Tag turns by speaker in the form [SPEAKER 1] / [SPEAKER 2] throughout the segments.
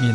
[SPEAKER 1] 面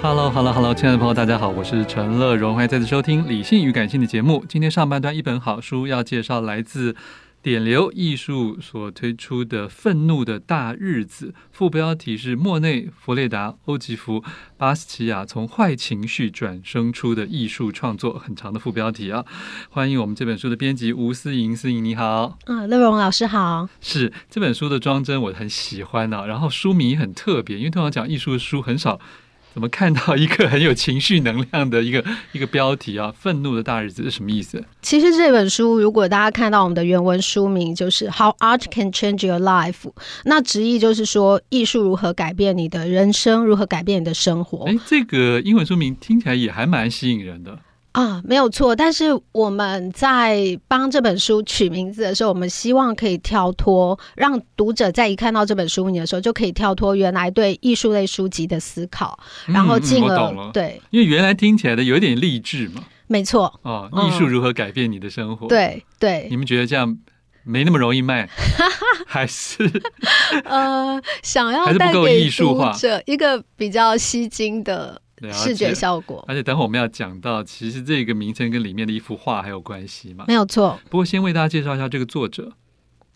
[SPEAKER 1] Hello Hello Hello，亲爱的朋友，大家好，我是陈乐荣，欢迎再次收听《理性与感性》的节目。今天上半段一本好书要介绍来自点流艺术所推出的《愤怒的大日子》，副标题是莫内、弗列达、欧吉弗、巴斯奇亚从坏情绪转生出的艺术创作，很长的副标题啊。欢迎我们这本书的编辑吴思莹，思莹你好。
[SPEAKER 2] 啊，乐荣老师好。
[SPEAKER 1] 是这本书的装帧我很喜欢啊，然后书名很特别，因为通常讲艺术的书很少。怎么看到一个很有情绪能量的一个 一个标题啊？愤怒的大日子是什么意思？
[SPEAKER 2] 其实这本书，如果大家看到我们的原文书名，就是《How Art Can Change Your Life》，那直译就是说艺术如何改变你的人生，如何改变你的生活
[SPEAKER 1] 哎，这个英文书名听起来也还蛮吸引人的。
[SPEAKER 2] 啊，没有错。但是我们在帮这本书取名字的时候，我们希望可以跳脱，让读者在一看到这本书名的时候，就可以跳脱原来对艺术类书籍的思考，然后
[SPEAKER 1] 嗯嗯
[SPEAKER 2] 进
[SPEAKER 1] 我
[SPEAKER 2] 而、
[SPEAKER 1] 懂了
[SPEAKER 2] 对，
[SPEAKER 1] 因为原来听起来的有点励志嘛，
[SPEAKER 2] 没错，
[SPEAKER 1] 哦，
[SPEAKER 2] 嗯
[SPEAKER 1] 艺术如何改变你的生活？，
[SPEAKER 2] 对对。
[SPEAKER 1] 你们觉得这样没那么容易 卖，还是
[SPEAKER 2] 呃，想要
[SPEAKER 1] 还是不
[SPEAKER 2] 带
[SPEAKER 1] 够艺
[SPEAKER 2] 给
[SPEAKER 1] 术
[SPEAKER 2] 读
[SPEAKER 1] 化
[SPEAKER 2] 者一个比较吸睛的视觉？
[SPEAKER 1] 了解
[SPEAKER 2] 效果，
[SPEAKER 1] 而且等会我们要讲到，其实这个名称跟里面的一幅画还有关系嘛
[SPEAKER 2] 没。有错
[SPEAKER 1] 不过先为大家介绍一下这个作者，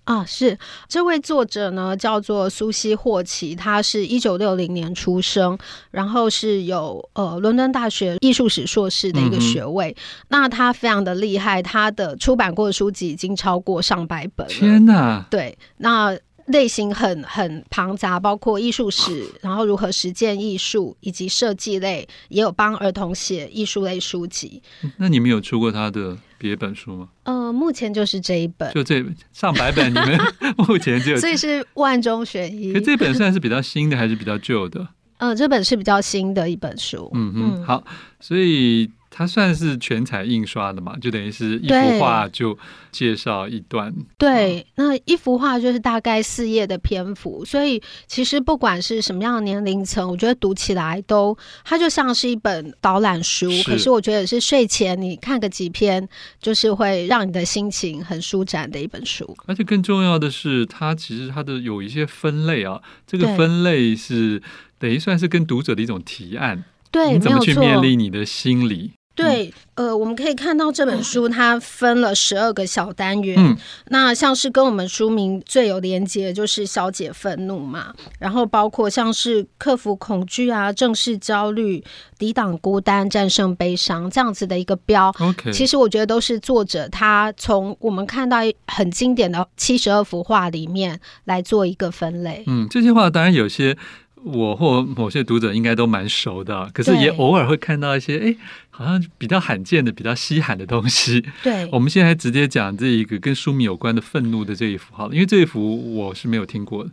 [SPEAKER 2] 啊。是这位作者呢，叫做苏西霍奇，他是一九六零年出生，然后是有呃伦敦大学艺术史硕士的一
[SPEAKER 1] 嗯
[SPEAKER 2] 个
[SPEAKER 1] 哼
[SPEAKER 2] 学位。那他非常的厉害，他的出版过的书籍已经超过上百本了。
[SPEAKER 1] 天哪，
[SPEAKER 2] 对，那类型很很庞杂，包括艺术史，然后如何实践艺术，以及设计类，也有帮儿童写艺术类书籍。
[SPEAKER 1] 那你们有出过他的别本书吗？
[SPEAKER 2] 呃，目前就是这一本，
[SPEAKER 1] 就这上百本，你 们目前就有。
[SPEAKER 2] 所以是万中选一
[SPEAKER 1] 可。这本算是比较新的，还是比较旧的？
[SPEAKER 2] 呃，这本是比较新的一本书。
[SPEAKER 1] 嗯哼，好，所以它算是全彩印刷的嘛，就等于是一幅
[SPEAKER 2] 对
[SPEAKER 1] 画就介绍一段。
[SPEAKER 2] 对，
[SPEAKER 1] 嗯
[SPEAKER 2] 那一幅画就是大概四页的篇幅，所以其实不管是什么样的年龄层，我觉得读起来都它就像是一本导览书。
[SPEAKER 1] 是
[SPEAKER 2] 可是我觉得是睡前你看个几篇，就是会让你的心情很舒展的一本书。
[SPEAKER 1] 而且更重要的是，它其实它的有一些分类啊，这个
[SPEAKER 2] 对
[SPEAKER 1] 分类是等于算是跟读者的一种提案，
[SPEAKER 2] 对，
[SPEAKER 1] 你
[SPEAKER 2] 没
[SPEAKER 1] 怎
[SPEAKER 2] 有
[SPEAKER 1] 么去
[SPEAKER 2] 错。
[SPEAKER 1] 面嗯对你的心理？
[SPEAKER 2] 对，呃，我们可以看到这本书它分了十二个小单元。
[SPEAKER 1] 嗯
[SPEAKER 2] 那像是跟我们书名最有连接，就是消解愤怒嘛，然后包括像是克服恐惧啊、正视焦虑、抵挡孤单、战胜悲伤这样子的一个标。
[SPEAKER 1] ，OK，
[SPEAKER 2] 其实我觉得都是作者他从我们看到很经典的七十二幅画里面来做一个分类。
[SPEAKER 1] 嗯，这些话当然有些我或某些读者应该都蛮熟的啊，可是也
[SPEAKER 2] 对
[SPEAKER 1] 偶尔会看到一些哎，好像比较罕见的、比较稀罕的东西。
[SPEAKER 2] 对
[SPEAKER 1] 我，们现在直接讲这一个跟书名有关的愤怒的这一幅好了，因为这一幅我是没有听过的。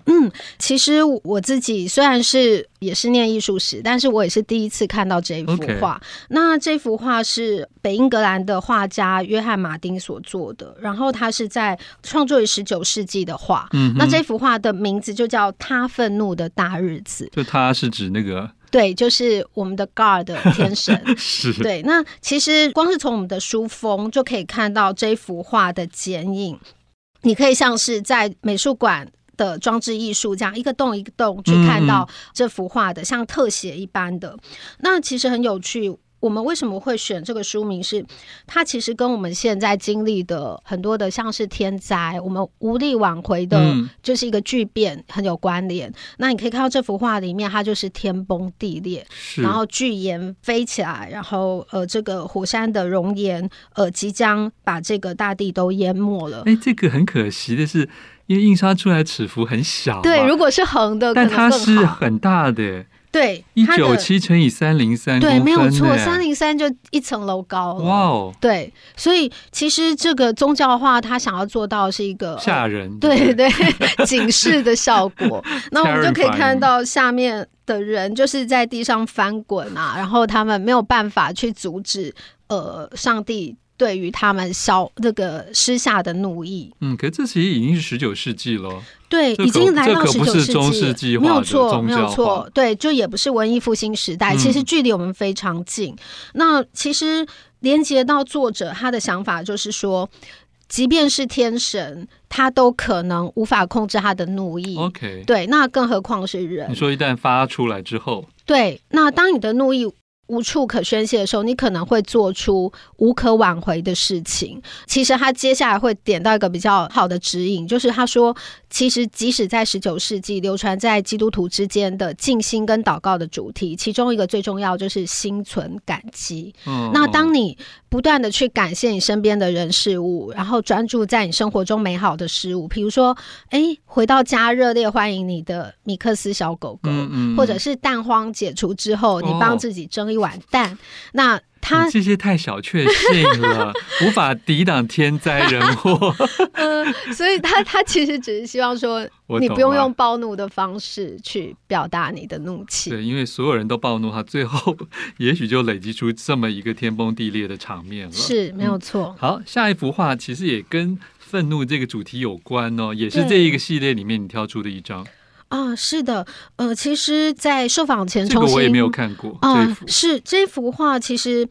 [SPEAKER 2] 其实我自己虽然是也是念艺术史，但是我也是第一次看到这幅
[SPEAKER 1] OK
[SPEAKER 2] 画。那这幅画是北英格兰的画家约翰·马丁所做的，然后他是在创作于十九世纪的画。
[SPEAKER 1] 嗯哼，
[SPEAKER 2] 那这幅画的名字就叫《他愤怒的大日子
[SPEAKER 1] 就它是指那个》，
[SPEAKER 2] 对，就是我们的 God 天神。
[SPEAKER 1] 是，
[SPEAKER 2] 对，那其实光是从我们的书封就可以看到这幅画的剪影，你可以像是在美术馆。的装置艺术，这样一个洞一个洞去看到这幅画的，像特写一般的。那其实很有趣。我们为什么会选这个书名是？它其实跟我们现在经历的很多的，像是天灾，我们无力挽回的，
[SPEAKER 1] 嗯
[SPEAKER 2] 就是一个巨变，很有关联。那你可以看到这幅画里面，它就是天崩地裂，
[SPEAKER 1] 是，
[SPEAKER 2] 然后巨岩飞起来，然后呃，这个火山的熔岩呃，即将把这个大地都淹没了。
[SPEAKER 1] 哎，这个很可惜的是，因为印刷出来的尺幅很小嘛，
[SPEAKER 2] 对，如果是横的，
[SPEAKER 1] 但
[SPEAKER 2] 可
[SPEAKER 1] 它
[SPEAKER 2] 能更
[SPEAKER 1] 是
[SPEAKER 2] 好
[SPEAKER 1] 很大的，
[SPEAKER 2] 对
[SPEAKER 1] 一
[SPEAKER 2] 它的
[SPEAKER 1] 九七乘以三零三
[SPEAKER 2] 对，没有错，三
[SPEAKER 1] 三
[SPEAKER 2] 零三就一层楼高了。
[SPEAKER 1] 哇哦，
[SPEAKER 2] 对，所以其实这个宗教化，它想要做到是一个
[SPEAKER 1] 吓人，
[SPEAKER 2] 对对警示的效 果。那我们就可以
[SPEAKER 1] Terrifying
[SPEAKER 2] 看到下面的人就是在地上翻滚啊，然后他们没有办法去阻止呃上帝对于他们消这个施下的怒意。
[SPEAKER 1] 嗯，可是这其实已经是十九世纪了，
[SPEAKER 2] 对，
[SPEAKER 1] 这
[SPEAKER 2] 已
[SPEAKER 1] 可
[SPEAKER 2] 经来
[SPEAKER 1] 这
[SPEAKER 2] 到
[SPEAKER 1] 可
[SPEAKER 2] 十
[SPEAKER 1] 不
[SPEAKER 2] 九
[SPEAKER 1] 是
[SPEAKER 2] 世
[SPEAKER 1] 中世纪
[SPEAKER 2] 纪，没
[SPEAKER 1] 化
[SPEAKER 2] 有
[SPEAKER 1] 的
[SPEAKER 2] 错，
[SPEAKER 1] 宗
[SPEAKER 2] 没
[SPEAKER 1] 教
[SPEAKER 2] 有
[SPEAKER 1] 化
[SPEAKER 2] 错，对，就也不是文艺复兴时代，其实
[SPEAKER 1] 嗯
[SPEAKER 2] 距离我们非常近。那其实连接到作者他的想法，就是说，即便是天神，他都可能无法控制他的怒意。
[SPEAKER 1] OK，
[SPEAKER 2] 对，那更何况是
[SPEAKER 1] 你
[SPEAKER 2] 人？
[SPEAKER 1] 说一旦发出来之后，
[SPEAKER 2] 对，那当你的怒意无处可宣泄的时候，你可能会做出无可挽回的事情。其实他接下来会点到一个比较好的指引，就是他说，其实即使在十九世纪流传在基督徒之间的静心跟祷告的主题，其中一个最重要就是心存感激。
[SPEAKER 1] 嗯，
[SPEAKER 2] 那
[SPEAKER 1] 嗯
[SPEAKER 2] 当你不断的去感谢你身边的人事物，然后专注在你生活中美好的事物，比如说，哎，回到家热烈欢迎你的米克斯小狗狗，
[SPEAKER 1] 嗯嗯，
[SPEAKER 2] 或者是蛋荒解除之后，你
[SPEAKER 1] 哦
[SPEAKER 2] 帮自己蒸一碗蛋，那它
[SPEAKER 1] 你这些太小确幸 了，无法抵挡天灾人祸。
[SPEAKER 2] 呃， 所以它它其实只是希望说
[SPEAKER 1] 哦我，
[SPEAKER 2] 你
[SPEAKER 1] 懂啊
[SPEAKER 2] 不用
[SPEAKER 1] 了
[SPEAKER 2] 用暴怒的方式去表达你的怒气。
[SPEAKER 1] 对，因为所有人都暴怒，他最后也许就累积出这么一个天崩地裂的场面了。，
[SPEAKER 2] 是没有错，
[SPEAKER 1] 好，下一幅画其实也跟愤怒这个主题有关哦，也是
[SPEAKER 2] 对
[SPEAKER 1] 这一个系列里面你挑出的一张。
[SPEAKER 2] 啊，是的，呃，其实，在受访前
[SPEAKER 1] 这
[SPEAKER 2] 重
[SPEAKER 1] 个
[SPEAKER 2] 新，
[SPEAKER 1] 我也没有看过，这一幅
[SPEAKER 2] 哦是这幅画其实。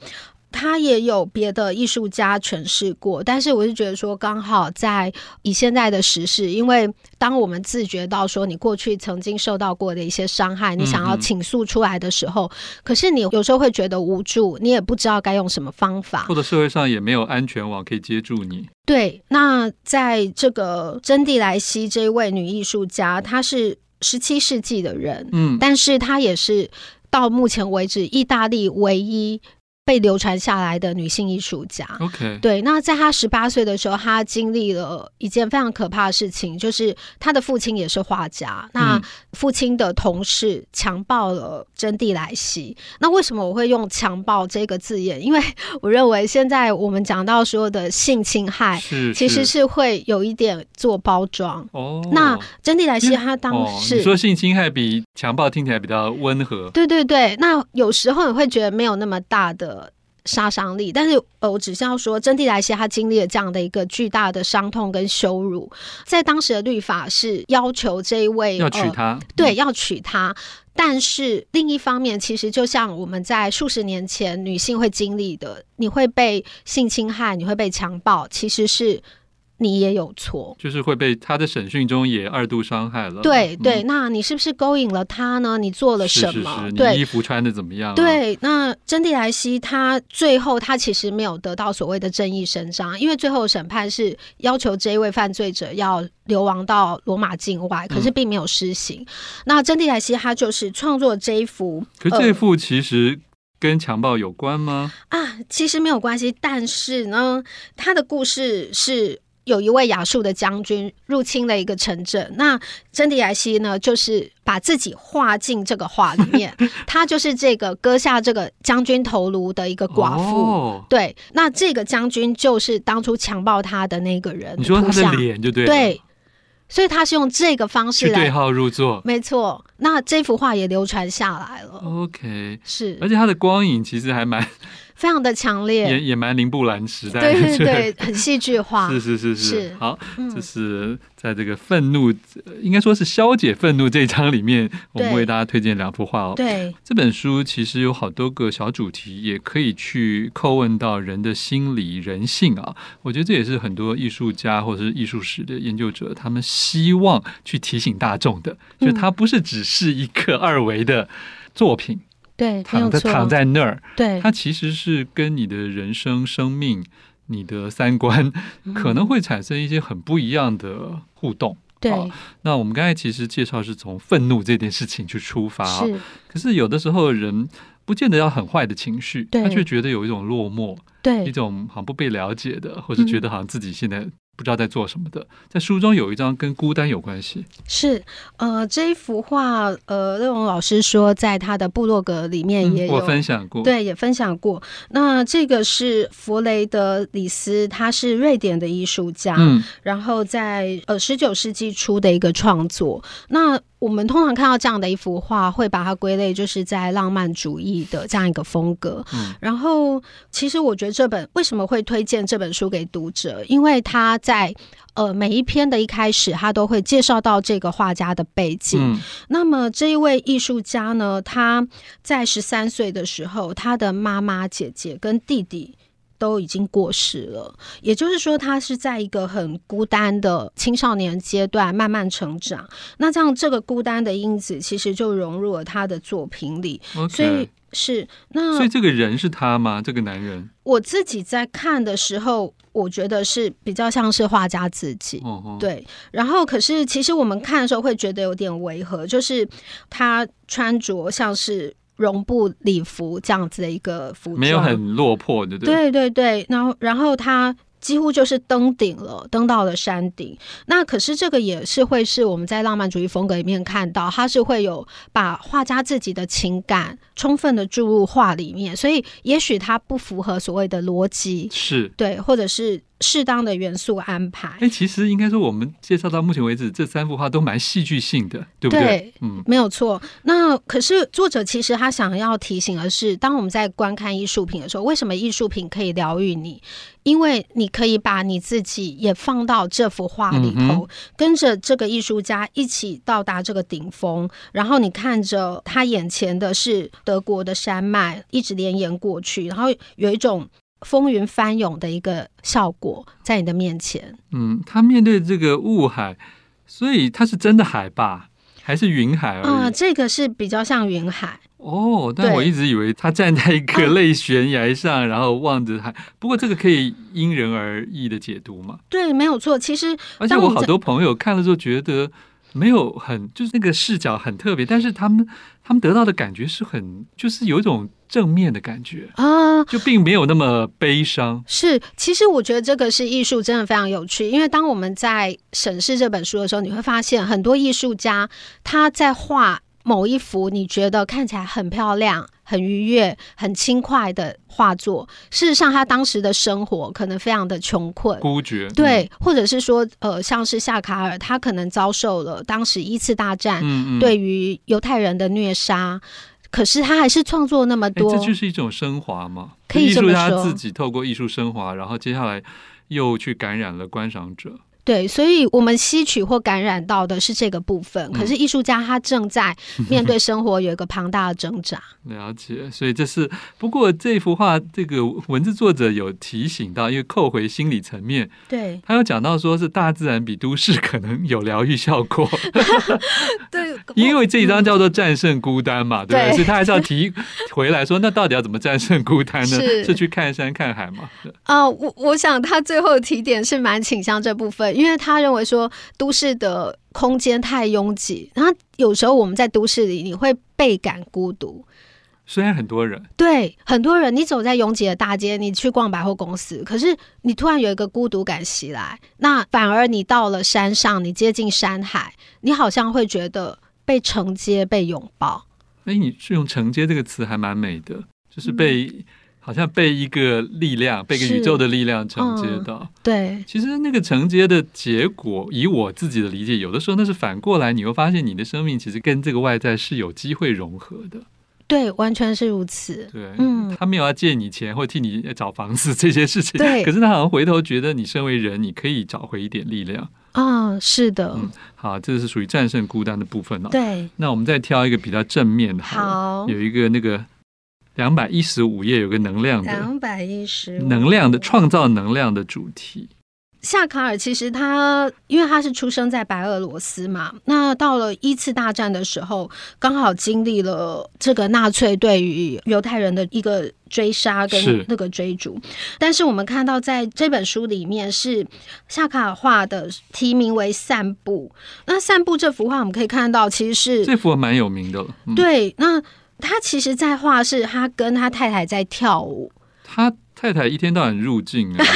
[SPEAKER 2] 它也有别的艺术家诠释过，但是我是觉得说，刚好在以现在的时事，因为当我们自觉到说你过去曾经受到过的一些伤害，你想要
[SPEAKER 1] 嗯嗯
[SPEAKER 2] 倾诉出来的时候，可是你有时候会觉得无助，你也不知道该用什么方法
[SPEAKER 1] 或。者社会上也没有安全网可以接住你。
[SPEAKER 2] 对，那在这个珍蒂莱西这一位女艺术家，她是十七世纪的人，
[SPEAKER 1] 嗯，
[SPEAKER 2] 但是她也是到目前为止意大利唯一被流传下来的女性艺术家。
[SPEAKER 1] OK，
[SPEAKER 2] 对，那在她十八岁的时候，她经历了一件非常可怕的事情，就是她的父亲也是画家，那
[SPEAKER 1] 嗯
[SPEAKER 2] 父亲的同事强暴了珍蒂莱西。那为什么我会用“强暴”这个字眼？因为我认为现在我们讲到说的性侵害，
[SPEAKER 1] 是
[SPEAKER 2] 其实是会有一点做包装。
[SPEAKER 1] 哦，
[SPEAKER 2] 那珍蒂莱西
[SPEAKER 1] 因为
[SPEAKER 2] 她当
[SPEAKER 1] 哦，
[SPEAKER 2] 时、
[SPEAKER 1] 你说性侵害比强暴听起来比较温和，
[SPEAKER 2] 对对对，那有时候你会觉得没有那么大的杀伤力，但是呃，我只是要说，珍蒂莱西他经历了这样的一个巨大的伤痛跟羞辱，在当时的律法是要求这一位
[SPEAKER 1] 要娶
[SPEAKER 2] 呃
[SPEAKER 1] 她，嗯
[SPEAKER 2] 对，要娶她。但是另一方面，其实就像我们在数十年前女性会经历的，你会被性侵害，你会被强暴，其实是你也有错。
[SPEAKER 1] 就是会被他的审讯中也二度伤害了。
[SPEAKER 2] 对对，
[SPEAKER 1] 嗯，
[SPEAKER 2] 那你是不是勾引了他呢？你做了什么？
[SPEAKER 1] 是是是
[SPEAKER 2] 对
[SPEAKER 1] 你，衣服穿的怎么样、啊？，
[SPEAKER 2] 对，那珍蒂莱西她最后她其实没有得到所谓的正义伸张，因为最后审判是要求这一位犯罪者要流亡到罗马境外，可是并没有施行。那珍蒂莱西她就是创作这一幅
[SPEAKER 1] 可是这幅其实跟强暴有关吗？
[SPEAKER 2] 啊，其实没有关系，但是呢，她的故事是。有一位亚述的将军入侵了一个城镇，那珍蒂莱西呢，就是把自己画进这个画里面，她就是这个割下这个将军头颅的一个寡妇。
[SPEAKER 1] 哦、
[SPEAKER 2] 对，那这个将军就是当初强暴他的那个人，
[SPEAKER 1] 你说他
[SPEAKER 2] 图
[SPEAKER 1] 的
[SPEAKER 2] 像
[SPEAKER 1] 脸就对了，
[SPEAKER 2] 对，所以他是用这个方
[SPEAKER 1] 去
[SPEAKER 2] 式
[SPEAKER 1] 对
[SPEAKER 2] 来，
[SPEAKER 1] 号入座。
[SPEAKER 2] 没错。
[SPEAKER 1] 嗯
[SPEAKER 2] 那这幅画也流传下来了，
[SPEAKER 1] OK，
[SPEAKER 2] 是
[SPEAKER 1] 而且它的光影其实还蛮
[SPEAKER 2] 非常的强
[SPEAKER 1] 也
[SPEAKER 2] 烈，
[SPEAKER 1] 也蛮林布兰时代的，
[SPEAKER 2] 对对 对，很戏剧化，
[SPEAKER 1] 是是是是，
[SPEAKER 2] 是
[SPEAKER 1] 好，
[SPEAKER 2] 嗯
[SPEAKER 1] 这是在这个愤怒，呃应该说是消解愤怒这一章里面，我们
[SPEAKER 2] 对
[SPEAKER 1] 为大家推荐两幅画哦。
[SPEAKER 2] 对，
[SPEAKER 1] 这本书其实有好多个小主题，也可以去叩问到人的心理、人性啊。我觉得这也是很多艺术家或者是艺术史的研究者，他们希望去提醒大众的，就
[SPEAKER 2] 嗯
[SPEAKER 1] 是它不是只是一个二维的作品，
[SPEAKER 2] 对，没
[SPEAKER 1] 躺
[SPEAKER 2] 有
[SPEAKER 1] 在
[SPEAKER 2] 错，
[SPEAKER 1] 躺在那儿，
[SPEAKER 2] 对
[SPEAKER 1] 它其实是跟你的人生、生命、你的三观
[SPEAKER 2] 嗯
[SPEAKER 1] 可能会产生一些很不一样的互动。好
[SPEAKER 2] 对，
[SPEAKER 1] 那我们刚才其实介绍是从愤怒这件事情去出发啊，
[SPEAKER 2] 是，
[SPEAKER 1] 可是有的时候人不见得要很坏的情绪，
[SPEAKER 2] 对
[SPEAKER 1] 他却觉得有一种落寞，一
[SPEAKER 2] 对，
[SPEAKER 1] 种好像不被了解的，或是觉得好像自己现在不知道在做什么的。在书中有一章跟孤单有关系，
[SPEAKER 2] 是，呃，这一幅画，呃，乐荣老师说在他的部落格里面也
[SPEAKER 1] 嗯我
[SPEAKER 2] 有
[SPEAKER 1] 分享过，
[SPEAKER 2] 对，也分享过。那这个是弗雷德里斯，他是瑞典的艺术家，
[SPEAKER 1] 嗯，
[SPEAKER 2] 然后在呃十九世纪初的一个创作。那我们通常看到这样的一幅画，会把它归类就是在浪漫主义的这样一个风格。
[SPEAKER 1] 嗯
[SPEAKER 2] 然后，其实我觉得这本为什么会推荐这本书给读者，因为它在呃每一篇的一开始，它都会介绍到这个画家的背景。
[SPEAKER 1] 嗯
[SPEAKER 2] 那么这一位艺术家呢，他在十三岁的时候，他的妈妈、姐姐跟弟弟。都已经过世了，也就是说，他是在一个很孤单的青少年阶段慢慢成长。那这样，这个孤单的因子其实就融入了他的作品里，所以嗯
[SPEAKER 1] ，OK，
[SPEAKER 2] 是
[SPEAKER 1] 嗯所
[SPEAKER 2] 那
[SPEAKER 1] 以这个人是他吗？这个男人，
[SPEAKER 2] 我自己在看的时候，我觉得是比较像是画家自己。
[SPEAKER 1] 哦哦，
[SPEAKER 2] 对，然后可是其实我们看的时候会觉得有点违和，就是他穿着像是绒布礼服这样子的一个服装，
[SPEAKER 1] 没有很落魄，对不对？
[SPEAKER 2] 对对对，然后然后他。几乎就是登顶了，登到了山顶。那可是这个也是会是我们在浪漫主义风格里面看到，它是会有把画家自己的情感充分的注入画里面，所以也许它不符合所谓的逻辑，
[SPEAKER 1] 是。
[SPEAKER 2] 对，或者是适当的元素安排。
[SPEAKER 1] 哎，其实应该说，我们介绍到目前为止，这三幅画都蛮戏剧性的，对不对？
[SPEAKER 2] 对
[SPEAKER 1] 嗯，
[SPEAKER 2] 没有错。那可是作者其实他想要提醒的是，当我们在观看艺术品的时候，为什么艺术品可以疗愈你？因为你可以把你自己也放到这幅画里头，
[SPEAKER 1] 嗯哼
[SPEAKER 2] 跟着这个艺术家一起到达这个顶峰，然后你看着他眼前的是德国的山脉，一直连延过去，然后有一种风云翻涌的一个效果在你的面前。
[SPEAKER 1] 嗯，他面对这个雾海，所以它是真的海吧，还是云海而
[SPEAKER 2] 啊、
[SPEAKER 1] 已？
[SPEAKER 2] 这个是比较像云海。
[SPEAKER 1] 哦，但
[SPEAKER 2] 对
[SPEAKER 1] 我一直以为他站在一个类悬崖上，然后望着海。不过这个可以因人而异的解读嘛。
[SPEAKER 2] 对，没有错。其实
[SPEAKER 1] 而且
[SPEAKER 2] 当我
[SPEAKER 1] 我
[SPEAKER 2] 们
[SPEAKER 1] 好
[SPEAKER 2] 在
[SPEAKER 1] 多朋友看了之后觉得没有很，就是那个视角很特别，但是他们他们得到的感觉是很，就是有一种正面的感觉，
[SPEAKER 2] 啊、
[SPEAKER 1] 就并没有那么悲伤。
[SPEAKER 2] 是，其实我觉得这个是艺术，真的非常有趣。因为当我们在审视这本书的时候，你会发现很多艺术家他在画某一幅你觉得看起来很漂亮、很愉悦、很轻快的画作，事实上他当时的生活可能非常的穷困。
[SPEAKER 1] 孤绝，
[SPEAKER 2] 呃对，或者是说，呃，像是夏卡尔，他可能遭受了当时一次大战
[SPEAKER 1] 嗯，嗯嗯，
[SPEAKER 2] 对于犹太人的虐杀，可是他还是创作那么
[SPEAKER 1] 哎，
[SPEAKER 2] 多，
[SPEAKER 1] 这就是一种升华嘛。
[SPEAKER 2] 可以
[SPEAKER 1] 艺
[SPEAKER 2] 这
[SPEAKER 1] 术
[SPEAKER 2] 么
[SPEAKER 1] 家
[SPEAKER 2] 说
[SPEAKER 1] 自己透过艺术升华，然后接下来又去感染了观赏者。
[SPEAKER 2] 对，所以我们吸取或感染到的是这个部分，可
[SPEAKER 1] 嗯
[SPEAKER 2] 是艺术家他正在 面对生活有一个庞大的挣扎。
[SPEAKER 1] 了解，所以这是不过这幅画，这个文字作者有提醒到，因为扣回心理层面，
[SPEAKER 2] 对
[SPEAKER 1] 他有讲到说是大自然比都市可能有疗愈效 果，
[SPEAKER 2] 对，
[SPEAKER 1] 因为这一章叫做战胜孤单嘛，对不对？
[SPEAKER 2] 对
[SPEAKER 1] 所以他还是要提回来说，那到底要怎么战胜孤单呢？
[SPEAKER 2] 是
[SPEAKER 1] 去看山看海嘛？
[SPEAKER 2] 啊、我我想他最后的提点是蛮倾向这部分，因为他认为说都市的空间太拥挤，然后有时候我们在都市里你会倍感孤独。
[SPEAKER 1] 虽然很多人，
[SPEAKER 2] 对，很多人你走在拥挤的大街，你去逛百货公司，可是你突然有一个孤独感袭来，那反而你到了山上，你接近山海，你好像会觉得被承接、被拥抱。
[SPEAKER 1] 哎，你是用“承接”这个词还蛮美的，就是被、好像被一个力量，被一个宇
[SPEAKER 2] 嗯是
[SPEAKER 1] 宙的力量承接
[SPEAKER 2] 嗯
[SPEAKER 1] 到。
[SPEAKER 2] 对，
[SPEAKER 1] 其实那个承接的结果，以我自己的理解，有的时候那是反过来，你会发现你的生命其实跟这个外在是有机会融合的。
[SPEAKER 2] 对，完全是如此。
[SPEAKER 1] 对，
[SPEAKER 2] 嗯
[SPEAKER 1] 他没有要借你钱或替你呃找房子 这些事情，
[SPEAKER 2] 对
[SPEAKER 1] 可是他好像回头觉得你身为人，你可以找回一点力量。
[SPEAKER 2] 啊、是的，
[SPEAKER 1] 嗯好，这是属于战胜孤单的部分了、哦
[SPEAKER 2] 对，
[SPEAKER 1] 那我们再挑一个比较正面的好了，
[SPEAKER 2] 好，
[SPEAKER 1] 有一个那个两百一十五页有个能量的
[SPEAKER 2] 两百一十
[SPEAKER 1] 能量的创造能量的主题。
[SPEAKER 2] 夏卡尔其实他，因为他是出生在白俄罗斯嘛，那到了一次大战的时候，刚好经历了这个纳粹对于犹太人的一个追杀
[SPEAKER 1] 是
[SPEAKER 2] 跟那个追逐。但是我们看到在这本书里面是夏卡尔画的，题名为《散步》。那《散步》这幅画我们可以看到，其实是
[SPEAKER 1] 这幅还蛮有名的了。嗯、，
[SPEAKER 2] 对那。他其实，在画是他跟他太太在跳舞，
[SPEAKER 1] 他太太一天到晚入境、 啊，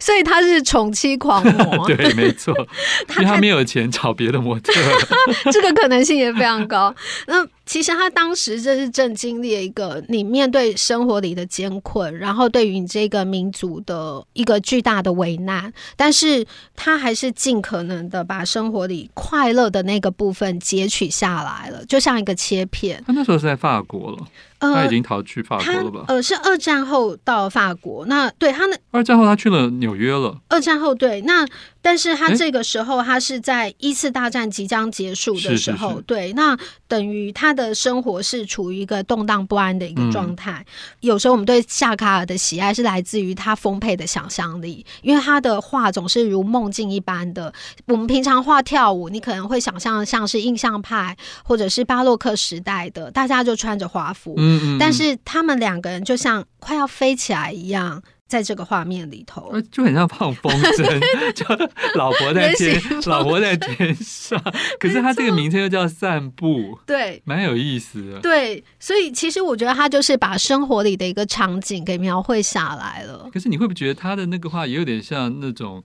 [SPEAKER 2] 所以他是宠妻狂 魔。
[SPEAKER 1] 对，没错，因
[SPEAKER 2] 哦 他
[SPEAKER 1] 为他
[SPEAKER 2] 太
[SPEAKER 1] 没有钱找别的模特。
[SPEAKER 2] 这个可能性也非常高。那其实他当时这是正经历了一个你面对生活里的艰困，然后对于你这个民族的一个巨大的危难，但是他还是尽可能的把生活里快乐的那个部分截取下来了，就像一个切片。
[SPEAKER 1] 他那时候是在法国了，他
[SPEAKER 2] 呃
[SPEAKER 1] 已，经逃去法国
[SPEAKER 2] 他
[SPEAKER 1] 了吧？
[SPEAKER 2] 呃是二战后到法国，那对他哦那
[SPEAKER 1] 二战后他去了纽约了，
[SPEAKER 2] 二战后对，那但是他
[SPEAKER 1] 诶
[SPEAKER 2] 这个时候他是在一次大战即将结束
[SPEAKER 1] 是
[SPEAKER 2] 的
[SPEAKER 1] 是
[SPEAKER 2] 时候，
[SPEAKER 1] 是
[SPEAKER 2] 对，那等于他的生活是处于一个动荡不安的一
[SPEAKER 1] 嗯
[SPEAKER 2] 个状态。有时候我们对夏卡尔的喜爱是来自于他丰沛的想象力，因为他的画总是如梦境一般的。我们平常画跳舞，你可能会想象像是印象派或者是巴洛克时代的，大家就穿着华服，
[SPEAKER 1] 嗯嗯，
[SPEAKER 2] 但
[SPEAKER 1] 嗯
[SPEAKER 2] 是他们两个人就像快要飞起来一样。在这个画面里头，
[SPEAKER 1] 呃就很像放风筝， 就老婆在
[SPEAKER 2] 人
[SPEAKER 1] 天
[SPEAKER 2] 形，风
[SPEAKER 1] 老婆在天上。可是他这个名称又叫散步，
[SPEAKER 2] 对，
[SPEAKER 1] 蛮有意思的。
[SPEAKER 2] 对，所以其实我觉得他就是把生活里的一个场景给描绘下来了。
[SPEAKER 1] 可是你会不会觉得他的那个画也有点像那种，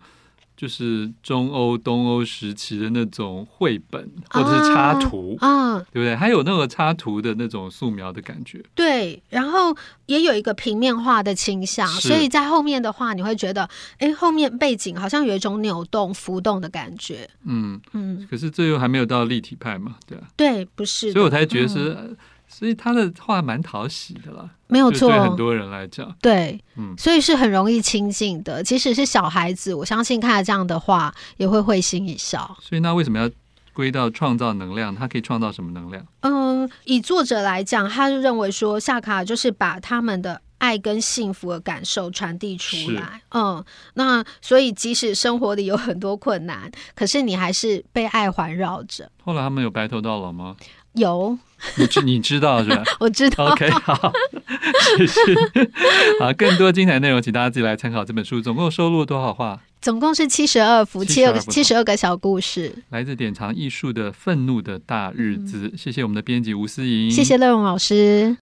[SPEAKER 1] 就是中欧、东欧时期的那种绘本或者是插图，
[SPEAKER 2] 啊、
[SPEAKER 1] 对不对？还有那个插图的那种素描的感觉。
[SPEAKER 2] 对，然后也有一个平面化的倾向，
[SPEAKER 1] 是
[SPEAKER 2] 所以在后面的话，你会觉得，哎，后面背景好像有一种扭动、浮动的感觉。
[SPEAKER 1] 嗯，
[SPEAKER 2] 嗯，
[SPEAKER 1] 可是这又还没有到立体派嘛，对啊，
[SPEAKER 2] 对，不是
[SPEAKER 1] 所以我
[SPEAKER 2] 的，嗯
[SPEAKER 1] 才觉得是，呃所以他的画蛮讨喜的啦，
[SPEAKER 2] 没有
[SPEAKER 1] 就
[SPEAKER 2] 错，
[SPEAKER 1] 对很多人来讲，
[SPEAKER 2] 对，
[SPEAKER 1] 嗯
[SPEAKER 2] 所以是很容易亲近的。即使是小孩子，我相信看了这样的话，也会会心一笑。
[SPEAKER 1] 所以那为什么要归到创造能量？它可以创造什么能量？
[SPEAKER 2] 嗯，以作者来讲，他就认为说夏卡就是把他们的爱跟幸福的感受传递出来。嗯，那所以即使生活里有很多困难，可是你还是被爱环绕着。
[SPEAKER 1] 后来他们有白头到老吗？
[SPEAKER 2] 有，
[SPEAKER 1] 你知你知道是吧？
[SPEAKER 2] 我知道。
[SPEAKER 1] OK，好，谢谢。 好，更多精彩内容，请大家自己来参考这本书，总共收录多少话？
[SPEAKER 2] 总共是七十二幅，七
[SPEAKER 1] 72
[SPEAKER 2] 二
[SPEAKER 1] 幅
[SPEAKER 2] 七十二个小故事。
[SPEAKER 1] 来自嗯
[SPEAKER 2] 嗯
[SPEAKER 1] 典藏艺术的《愤怒的大日子》谢谢我们的编辑吴思莹，
[SPEAKER 2] 谢谢乐荣老师。